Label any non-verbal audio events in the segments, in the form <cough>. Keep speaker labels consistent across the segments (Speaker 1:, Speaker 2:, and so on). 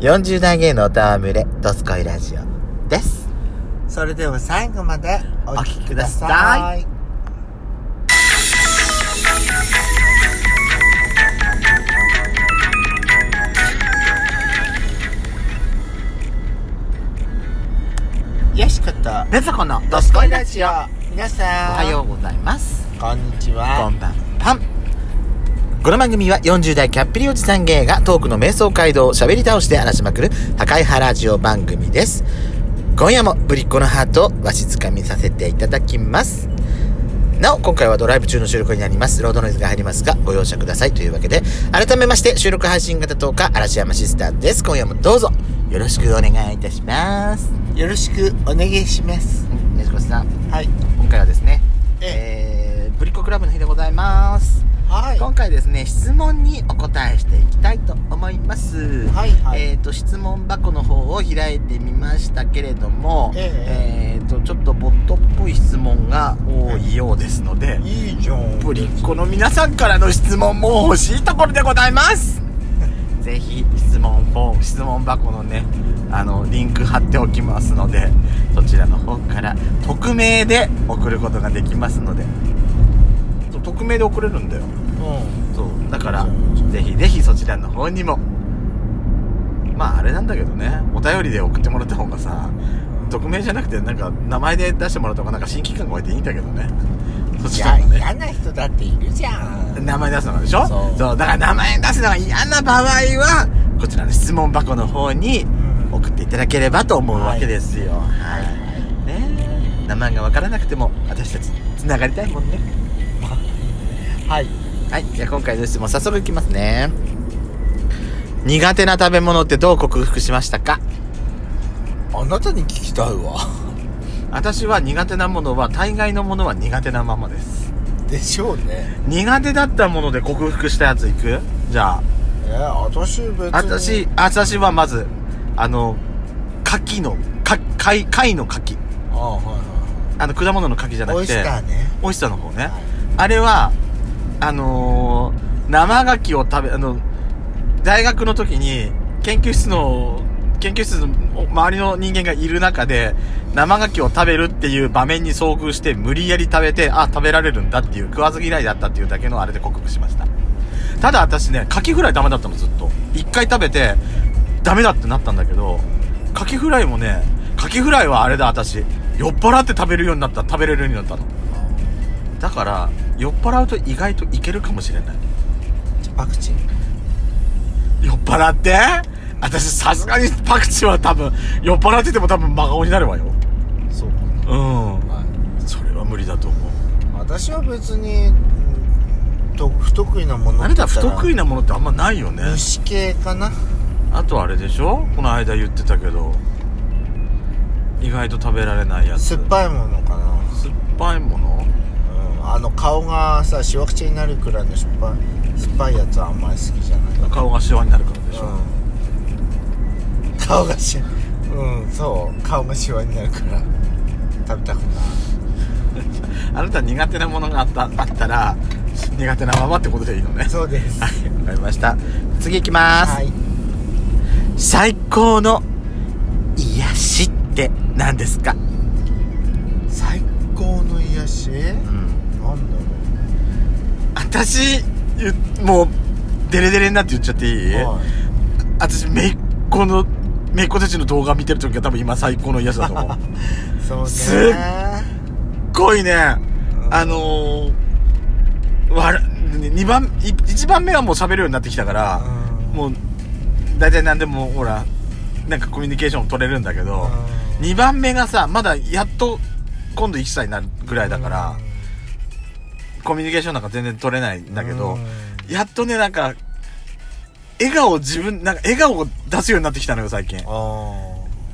Speaker 1: 40代芸のおたわむれ、ドスコイラジオです。
Speaker 2: それでは最後までお聞きくだ
Speaker 1: お
Speaker 2: さ
Speaker 1: 聞
Speaker 2: い。よしこと、
Speaker 1: ねずこの
Speaker 2: ドスコイラジオ。皆さん、
Speaker 1: おはようございます。
Speaker 2: う。こんにち
Speaker 1: こ
Speaker 2: は。
Speaker 1: んばんパン。この番組は40代キャッピリおじさん芸がトークの瞑想街道を喋り倒して話しまくる破壊派ラジオ番組です。今夜もぶりっ子のハートをわしづかみさせていただきます。なお、今回はドライブ中の収録になります。ロードノイズが入りますが、ご容赦ください。というわけで、改めまして、収録配信型10日、嵐山シスターです。今夜もどうぞ、よろしくお願いいたします。
Speaker 2: よろしくお願いします。
Speaker 1: ねじこさん、
Speaker 2: はい。
Speaker 1: 今回はですね、
Speaker 2: え
Speaker 1: えー、ブリッコクラブの日でございます。
Speaker 2: はい。
Speaker 1: 今回ですね、質問にお答えしていきたいと思います。
Speaker 2: はいはい
Speaker 1: えっ、と、質問箱の方を開いてみましたけれども、
Speaker 2: え
Speaker 1: えーと、ちょっとボットっぽい質問が多いようですので、
Speaker 2: いいじゃん。
Speaker 1: ぶりっ子の皆さんからの質問も欲しいところでございますぜひ質問フォーム質問箱のねあのリンク貼っておきますのでそちらの方から匿名で送ることができますのでそう匿名で送れるんだよ
Speaker 2: うん。
Speaker 1: そうだからぜひぜひそちらの方にもまああれなんだけどねお便りで送ってもらった方がさ匿名じゃなくてなんか名前で出してもらった方がなんか親近感が湧いていいんだけどねそ
Speaker 2: い
Speaker 1: ち
Speaker 2: や、
Speaker 1: らのね
Speaker 2: 嫌な人だっているじゃん。
Speaker 1: 名前出すのがでしょ
Speaker 2: そう
Speaker 1: だから名前出すのが嫌な場合はこちらの質問箱の方に
Speaker 2: ん
Speaker 1: 送っていただければと思うわけですよはい、ねえ名前が分からなくても私たちつながりたいもんね
Speaker 2: はい。
Speaker 1: はいじゃあ今回の質問早速いきますね苦手な食べ物ってどう克服しましたか
Speaker 2: あなたに聞きたいわ。
Speaker 1: 私は苦手なものは大概のものは苦手なままです
Speaker 2: <laughs> でしょうね。
Speaker 1: 苦手だったもので克服したやついくじゃあ
Speaker 2: え、私別に。
Speaker 1: 私、私はまず、あの、牡蠣の、か、貝、貝の牡蠣。
Speaker 2: ああ、はいは
Speaker 1: あの、果物の牡蠣じゃ
Speaker 2: いは。
Speaker 1: ないく
Speaker 2: オイ
Speaker 1: て、
Speaker 2: スターね。
Speaker 1: オイスターの方ね。
Speaker 2: はい
Speaker 1: あれは、あのー生牡蠣を食べ、あの、大学の時に、研究室の、研究室の周りの人間がいる中で、生牡蠣を食べるっていう場面に遭遇して、無理やり食べて、あ、食べられるんだっていう、食わず嫌いだったっていうだけのあれで克服しました。ただ私ね、カキフライダメだったの、ずっと。一回食べて、ダメだってなったんだけど、カキフライもね、カキフライはあれだ、私。酔っ払って食べるようになった、食べれるようになったの。だから、酔っ払うと意外といけるかもしれない。
Speaker 2: じゃあパクチー。
Speaker 1: 酔っ払って私、さすがにパクチーは多分、酔っ払ってても多分真顔になるわよ。
Speaker 2: そうか
Speaker 1: うん。
Speaker 2: な。はい。
Speaker 1: それは無理だと思う。
Speaker 2: 私は別に、うんと不得意なもの
Speaker 1: あなた不得意
Speaker 2: な。
Speaker 1: なものってあんまないよね。
Speaker 2: 虫系かな。
Speaker 1: あとあれでしょこの間言ってたけど。意外と食べられないやつ。
Speaker 2: 酸っぱいものかな。
Speaker 1: 酸っぱいもの
Speaker 2: うん。あの顔がさ、しわくちゃになるくらいの酸っぱい、酸っぱいやつはあんまり好きじゃない。
Speaker 1: 顔がシワになるからでしょ、
Speaker 2: うん顔がしうんそう顔がシワになるから食べたくない
Speaker 1: あなた苦手なものがあったあったら苦手なままってことでいいのね
Speaker 2: そうですは
Speaker 1: はいわかりました次行きます、
Speaker 2: い
Speaker 1: 最高の癒しって何ですか、
Speaker 2: 最高の癒し
Speaker 1: うん、
Speaker 2: なんだろ
Speaker 1: 私ゆもうデレデレになって言っちゃっていい、
Speaker 2: うはい
Speaker 1: 私めいっ子のめいっ子たちの動画見てる時が多分今最高の癒しだ
Speaker 2: <laughs>
Speaker 1: と思う
Speaker 2: そうね
Speaker 1: すっすっごいね、
Speaker 2: ん
Speaker 1: あのー、わら、二番、い一番目はもう喋るようになってきたから、
Speaker 2: うん
Speaker 1: もう、大体何でも、ほら、なんかコミュニケーション取れるんだけど、
Speaker 2: うん
Speaker 1: 二番目がさ、まだやっと、今度1歳になるぐらいだから、コミュニケーションなんか全然取れないんだけど、
Speaker 2: う
Speaker 1: やっとね、なんか、笑顔を自分、なんか笑顔を出すようになってきたのよ、最近。
Speaker 2: あ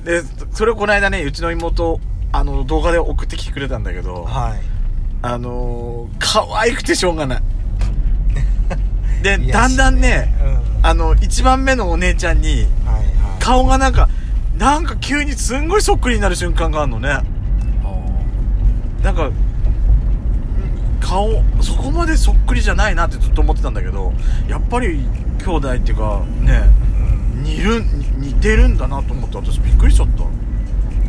Speaker 1: で、それをこの間ね、うちの妹、あの、動画で送ってきてくれたんだけど、
Speaker 2: あはい
Speaker 1: あのー、可愛くてしょ
Speaker 2: <laughs>
Speaker 1: うがない。
Speaker 2: 癒
Speaker 1: で、
Speaker 2: しね
Speaker 1: だんだんね、
Speaker 2: うん
Speaker 1: あの、一番目のお姉ちゃんに、
Speaker 2: はいはい
Speaker 1: 顔がなんか、なんか急にすんごいそっくりになる瞬間があるのね。なんか、顔、そこまでそっくりじゃないなってずっと思ってたんだけど、やっぱり兄弟っていうか、ね、
Speaker 2: うん
Speaker 1: 似る、似似てるんだなと思って私びっくりしちゃった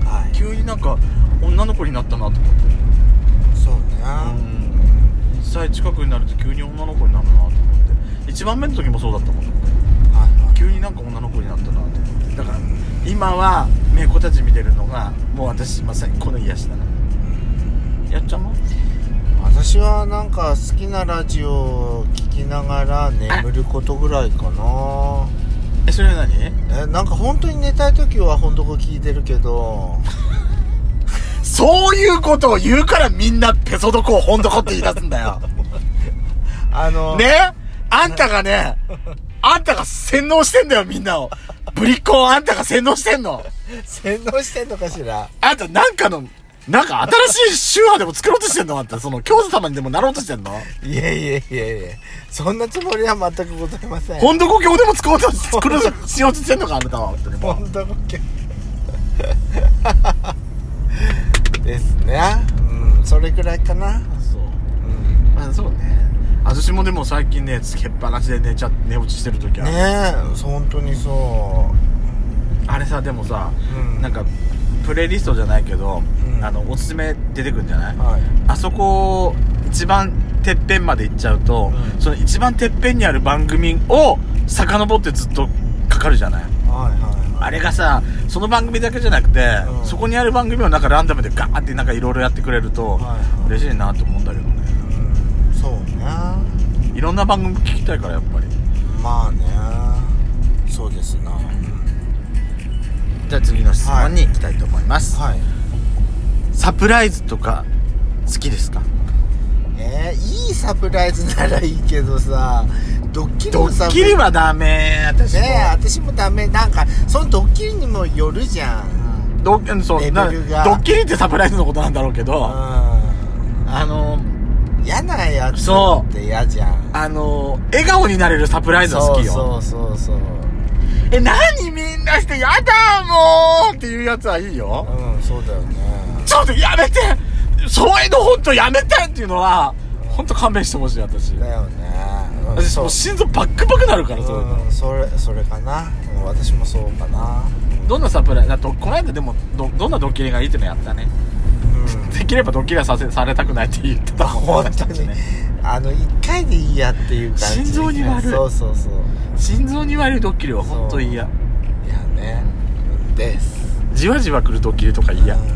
Speaker 2: は
Speaker 1: 急になんか女の子になったなと思って
Speaker 2: いそうね、
Speaker 1: 1歳近くになると急に女の子になるなと思って1番目の時もそうだったもん
Speaker 2: はい
Speaker 1: 急になんか女の子になったなと思ってだから今はめい子たち見てるのがもう私まさにこの癒しだなやっちゃうの
Speaker 2: 私はなんか好きなラジオを聞きながら眠ることぐらいかな
Speaker 1: えそれは何
Speaker 2: えなんか本当に寝たい時は本当こ聞いてるけ
Speaker 1: <laughs>
Speaker 2: ど
Speaker 1: そういうことを言うからみんなペソドコを本どこって言い出すんだ <laughs> よ
Speaker 2: あの
Speaker 1: ねあんたがねあんたが洗脳してんだよみんなをぶりっ子をあんたが洗脳してんの
Speaker 2: 洗脳してんのかしら
Speaker 1: あんたなんかの、なんか新しい宗派でも作ろうとしてんのあんた、その、教祖様にでもなろうとしてんの
Speaker 2: いえいえいえいえそんなつもりは全くございません
Speaker 1: 本土故郷でも作ろうと、作ろうとしようとしてんのかあんたは、本当にもう。
Speaker 2: 本当の件 <laughs> ですねうんそれくらいかな
Speaker 1: そ
Speaker 2: う
Speaker 1: う。
Speaker 2: ん
Speaker 1: まあそうね。私もでも最近ね、つけっぱなしで寝ちゃ、寝落ちしてる時は。
Speaker 2: ねえそう本当にそ
Speaker 1: あれさ、でもさ、
Speaker 2: うん
Speaker 1: なんか、プレイリストじゃないけど、
Speaker 2: うん
Speaker 1: あの、おすすめ出てくるんじゃないう
Speaker 2: はい
Speaker 1: あそこ一番てっぺんまで行っちゃうと、
Speaker 2: うん
Speaker 1: その一番てっぺんにある番組を遡ってずっとかかるじゃない
Speaker 2: はいはい
Speaker 1: あれがさその番組だけじゃなくて、
Speaker 2: うん
Speaker 1: そこにある番組をなんかランダムでガーってなんかいろいろやってくれると、
Speaker 2: はい
Speaker 1: 嬉しいなと思うんだけどね
Speaker 2: うんそうね
Speaker 1: いろんな番組聞きたいからやっぱり
Speaker 2: まあねそうですな、
Speaker 1: じゃあ次の質
Speaker 2: 問に
Speaker 1: 行きたいと思います
Speaker 2: はい
Speaker 1: サプライズとか好きですか
Speaker 2: えー、いいサプライズならいいけどさドッキリ
Speaker 1: ド
Speaker 2: のサ
Speaker 1: ッ
Speaker 2: プ
Speaker 1: キ
Speaker 2: ライ
Speaker 1: リ
Speaker 2: ズ
Speaker 1: はダメ私も、
Speaker 2: ねえ私もダメなんかそのドッキリにもよるじゃん
Speaker 1: ドッそう
Speaker 2: レ
Speaker 1: な
Speaker 2: ベ
Speaker 1: ド
Speaker 2: ルが
Speaker 1: ッキリってサプライズのことなんだろうけど、
Speaker 2: う
Speaker 1: あの
Speaker 2: ん嫌なやつ
Speaker 1: そう
Speaker 2: って嫌じゃん
Speaker 1: あのー、笑顔になれるサプライズは好きよ。
Speaker 2: そうそうそうそう
Speaker 1: え、何みんなして、やだもうっていうやつはいいよ。
Speaker 2: うんそうだよね
Speaker 1: ちょっとやめてそういうのほんとやめてっていうのは、ほんと勘弁してほしい、私。
Speaker 2: だよねうん
Speaker 1: 私、もう心臓バックバクなるから、そういうの。
Speaker 2: うんそれそれかなうん私もそうかな
Speaker 1: どんなサプライズ、だとこの間でもど、どんなドッキリがいいってのやったね。
Speaker 2: うん
Speaker 1: できればドッキリはさせ、されたくないって言ってたもん、
Speaker 2: 本
Speaker 1: 私
Speaker 2: 当
Speaker 1: たち
Speaker 2: に
Speaker 1: ね。
Speaker 2: あの一回でいいやっていう感じ
Speaker 1: 心臓に悪い
Speaker 2: そうそうそう
Speaker 1: 心臓に悪いドッキリはほんと嫌。
Speaker 2: いやねです
Speaker 1: じわじわ来るドッキリとか
Speaker 2: い
Speaker 1: 嫌。
Speaker 2: そうね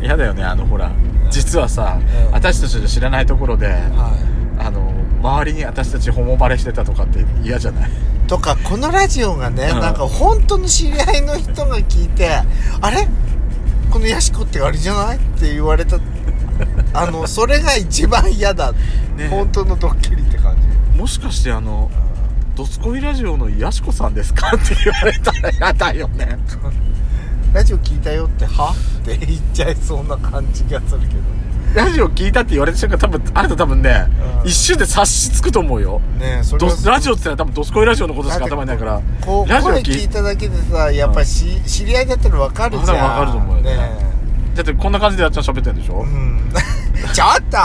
Speaker 1: 嫌だよね、あの、ほら。実はさ、
Speaker 2: うん
Speaker 1: 私たちの知らないところで、
Speaker 2: は
Speaker 1: あの周りに私たちホモバレしてたとかって嫌じゃない
Speaker 2: いとかこのラジオがね、
Speaker 1: うん
Speaker 2: なんか本当の知り合いの人が聞いて「あれこのヤシコってあれじゃない?」って言われ
Speaker 1: <laughs>
Speaker 2: たあのそれが一番嫌だ、
Speaker 1: ね
Speaker 2: 本当のドッキリって感じ
Speaker 1: もしかしてあの「ドスコイラジオのやしこさんですか?」って言われたら嫌だよね
Speaker 2: ラジオ聞いたよって「は?」って言っちゃいそうな感じがするけど
Speaker 1: <laughs> ラジオ聞いたって言われた瞬間多分あなた多分ね、
Speaker 2: うん
Speaker 1: 一瞬で察しつくと思うよ
Speaker 2: ねえそれ
Speaker 1: ド
Speaker 2: は
Speaker 1: スラジオって言ったら多分ドスコイラジオのことしか頭にないから
Speaker 2: こう
Speaker 1: ラジオ
Speaker 2: 声
Speaker 1: 聞
Speaker 2: 聞
Speaker 1: い
Speaker 2: いただけでさやっぱし、知り合いだったら分かるじゃん
Speaker 1: わかるわかると思うよね
Speaker 2: え
Speaker 1: だってこんな感じでやっちゃん喋ってんでし
Speaker 2: う
Speaker 1: ょ、
Speaker 2: ん <laughs> ちょっと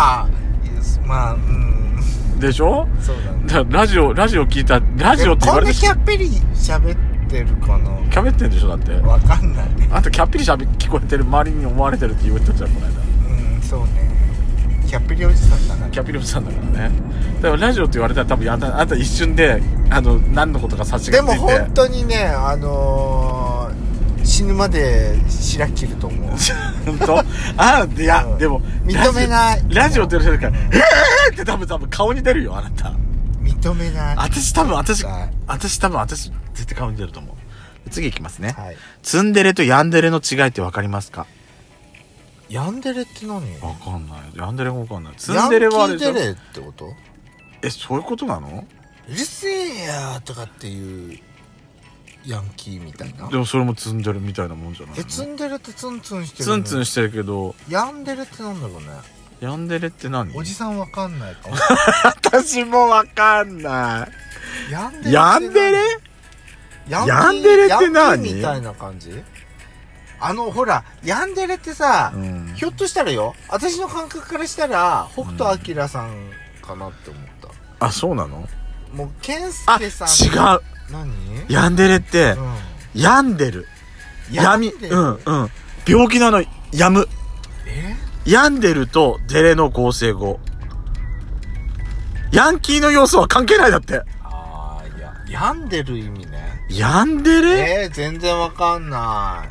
Speaker 2: まあうん
Speaker 1: でしょ
Speaker 2: そうだね
Speaker 1: だからラジオラジオ聞いたラジオって言わ
Speaker 2: でもこん
Speaker 1: れ
Speaker 2: な
Speaker 1: て
Speaker 2: キャッペリ喋ってるかな
Speaker 1: キャベってんでしょだって
Speaker 2: 分かんない
Speaker 1: あんたキャッピリしゃべ聞こえてる周りに思われてるって言われたじゃんこの間
Speaker 2: うんそうねキャッペリおじさんだから
Speaker 1: キャピロブさんだからねだからラジオって言われたら多分あんたあんた一瞬であの何のことか察し
Speaker 2: で
Speaker 1: がつい
Speaker 2: も
Speaker 1: て
Speaker 2: 本当にねあのー、死ぬまで白切ると思う
Speaker 1: <laughs> 本当あいや、
Speaker 2: うん
Speaker 1: でも
Speaker 2: 認めない
Speaker 1: ラジオラジオって言われてるから「えー!」って多分多分顔に出るよあなた
Speaker 2: 認めない
Speaker 1: 私多分私
Speaker 2: はい
Speaker 1: 私多分私絶対顔に出ると思う次いきますね、
Speaker 2: はい
Speaker 1: ツンデレとヤンデレの違いって分かりますか
Speaker 2: ヤンデレって何
Speaker 1: 分かんないヤンデレも分かんないツンデレはあれでし
Speaker 2: ヤンキー
Speaker 1: ょ
Speaker 2: デレってことう
Speaker 1: えそういうことなの
Speaker 2: るせえやーとかっていうヤンキーみたいな
Speaker 1: でもそれもツンデレみたいなもんじゃない
Speaker 2: え
Speaker 1: の
Speaker 2: ツンデレってツンツンしてる
Speaker 1: ツンツン
Speaker 2: し
Speaker 1: してるけど
Speaker 2: ヤンデレってなんだろうね
Speaker 1: ヤンデレって何
Speaker 2: おじさんわかんない
Speaker 1: <laughs>
Speaker 2: かも
Speaker 1: 私もわかんな
Speaker 2: ヤンデレ
Speaker 1: い。ヤンデレ
Speaker 2: ヤン
Speaker 1: ヤンデレって何
Speaker 2: ヤンキーみたいな感じあのほらヤンデレってさ、
Speaker 1: ん
Speaker 2: ひょっとしたらよ私の感覚からしたら北斗晶さんかなって思った、
Speaker 1: あ、そうなの
Speaker 2: もう健
Speaker 1: あ、
Speaker 2: 介さん
Speaker 1: 違う。
Speaker 2: 何
Speaker 1: ヤンデレって、病んでる。
Speaker 2: 病んでる
Speaker 1: 闇うん、うん。病気なの、やむ。
Speaker 2: え
Speaker 1: 病んでるとデレの合成語。ヤンキーの要素は関係ないだって。
Speaker 2: ああいや病んでる意味ね
Speaker 1: 病んでる
Speaker 2: えー、全然わかんな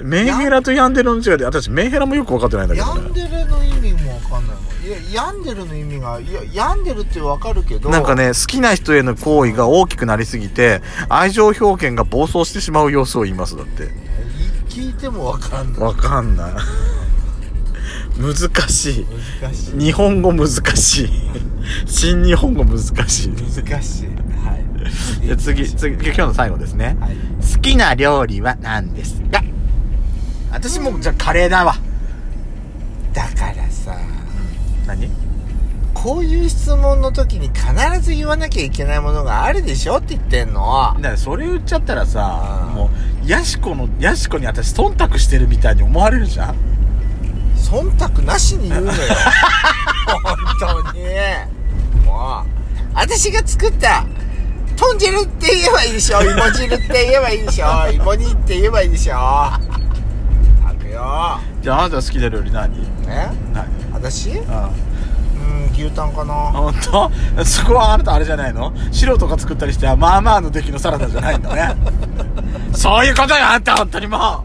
Speaker 1: メンヘラとヤンデレの違いで、私メンヘラもよく分かってないんだ
Speaker 2: い
Speaker 1: けど
Speaker 2: 病んで
Speaker 1: ね。
Speaker 2: るの意味もわかんないもんいや病んでるの意味がいや病んでるってわかるけど
Speaker 1: なんかね、好きな人への行為が大きくなりすぎて、愛情表現が暴走してしまう様子を言います、だって。
Speaker 2: い聞いてもわかんない
Speaker 1: わかんない。 <laughs> 難しい。
Speaker 2: 難しい
Speaker 1: 日本語難しい。 <laughs> 新日本語難しい。
Speaker 2: 難しいはい
Speaker 1: じゃあ次、次、今日の最後ですね。
Speaker 2: はい
Speaker 1: 好きな料理は何ですか私もうじゃあカレーだわ。
Speaker 2: だからさ
Speaker 1: 何
Speaker 2: こういう質問の時に必ず言わなきゃいけないものがあるでしょって言ってんの
Speaker 1: だからそれ言っちゃったらさ
Speaker 2: あ、ー
Speaker 1: もう、ヤシコの、ヤシコに私忖度してるみたいに思われるじゃん
Speaker 2: 忖度なしに言うのよ本当にもう私が作った豚汁って言えばいいでしょ芋汁って言えばいいでしょ芋煮って言えばいいでしょ食べよ
Speaker 1: じゃああなた好きな料理何
Speaker 2: うね
Speaker 1: 何
Speaker 2: 私うん
Speaker 1: あ
Speaker 2: 牛タンか
Speaker 1: あ
Speaker 2: な
Speaker 1: 本当 <laughs> そこはあなたあれじゃないの白とか作ったりしてまあまあの出来のサラダじゃないん <laughs> だねそういうことよあんた本当にも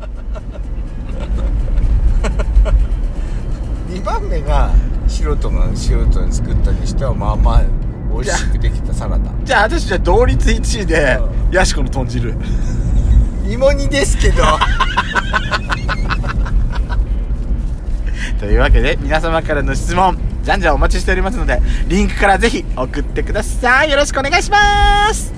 Speaker 2: 2番目が素人が素人に作ったにしてはまあまあ美味しくできたサラダ
Speaker 1: うじゃあ私じゃあ同率1位でヤシコの豚汁
Speaker 2: 芋煮ですけど
Speaker 1: <laughs> というわけで皆様からの質問じゃんじゃんお待ちしておりますのでリンクからぜひ送ってくださいよろしくお願いします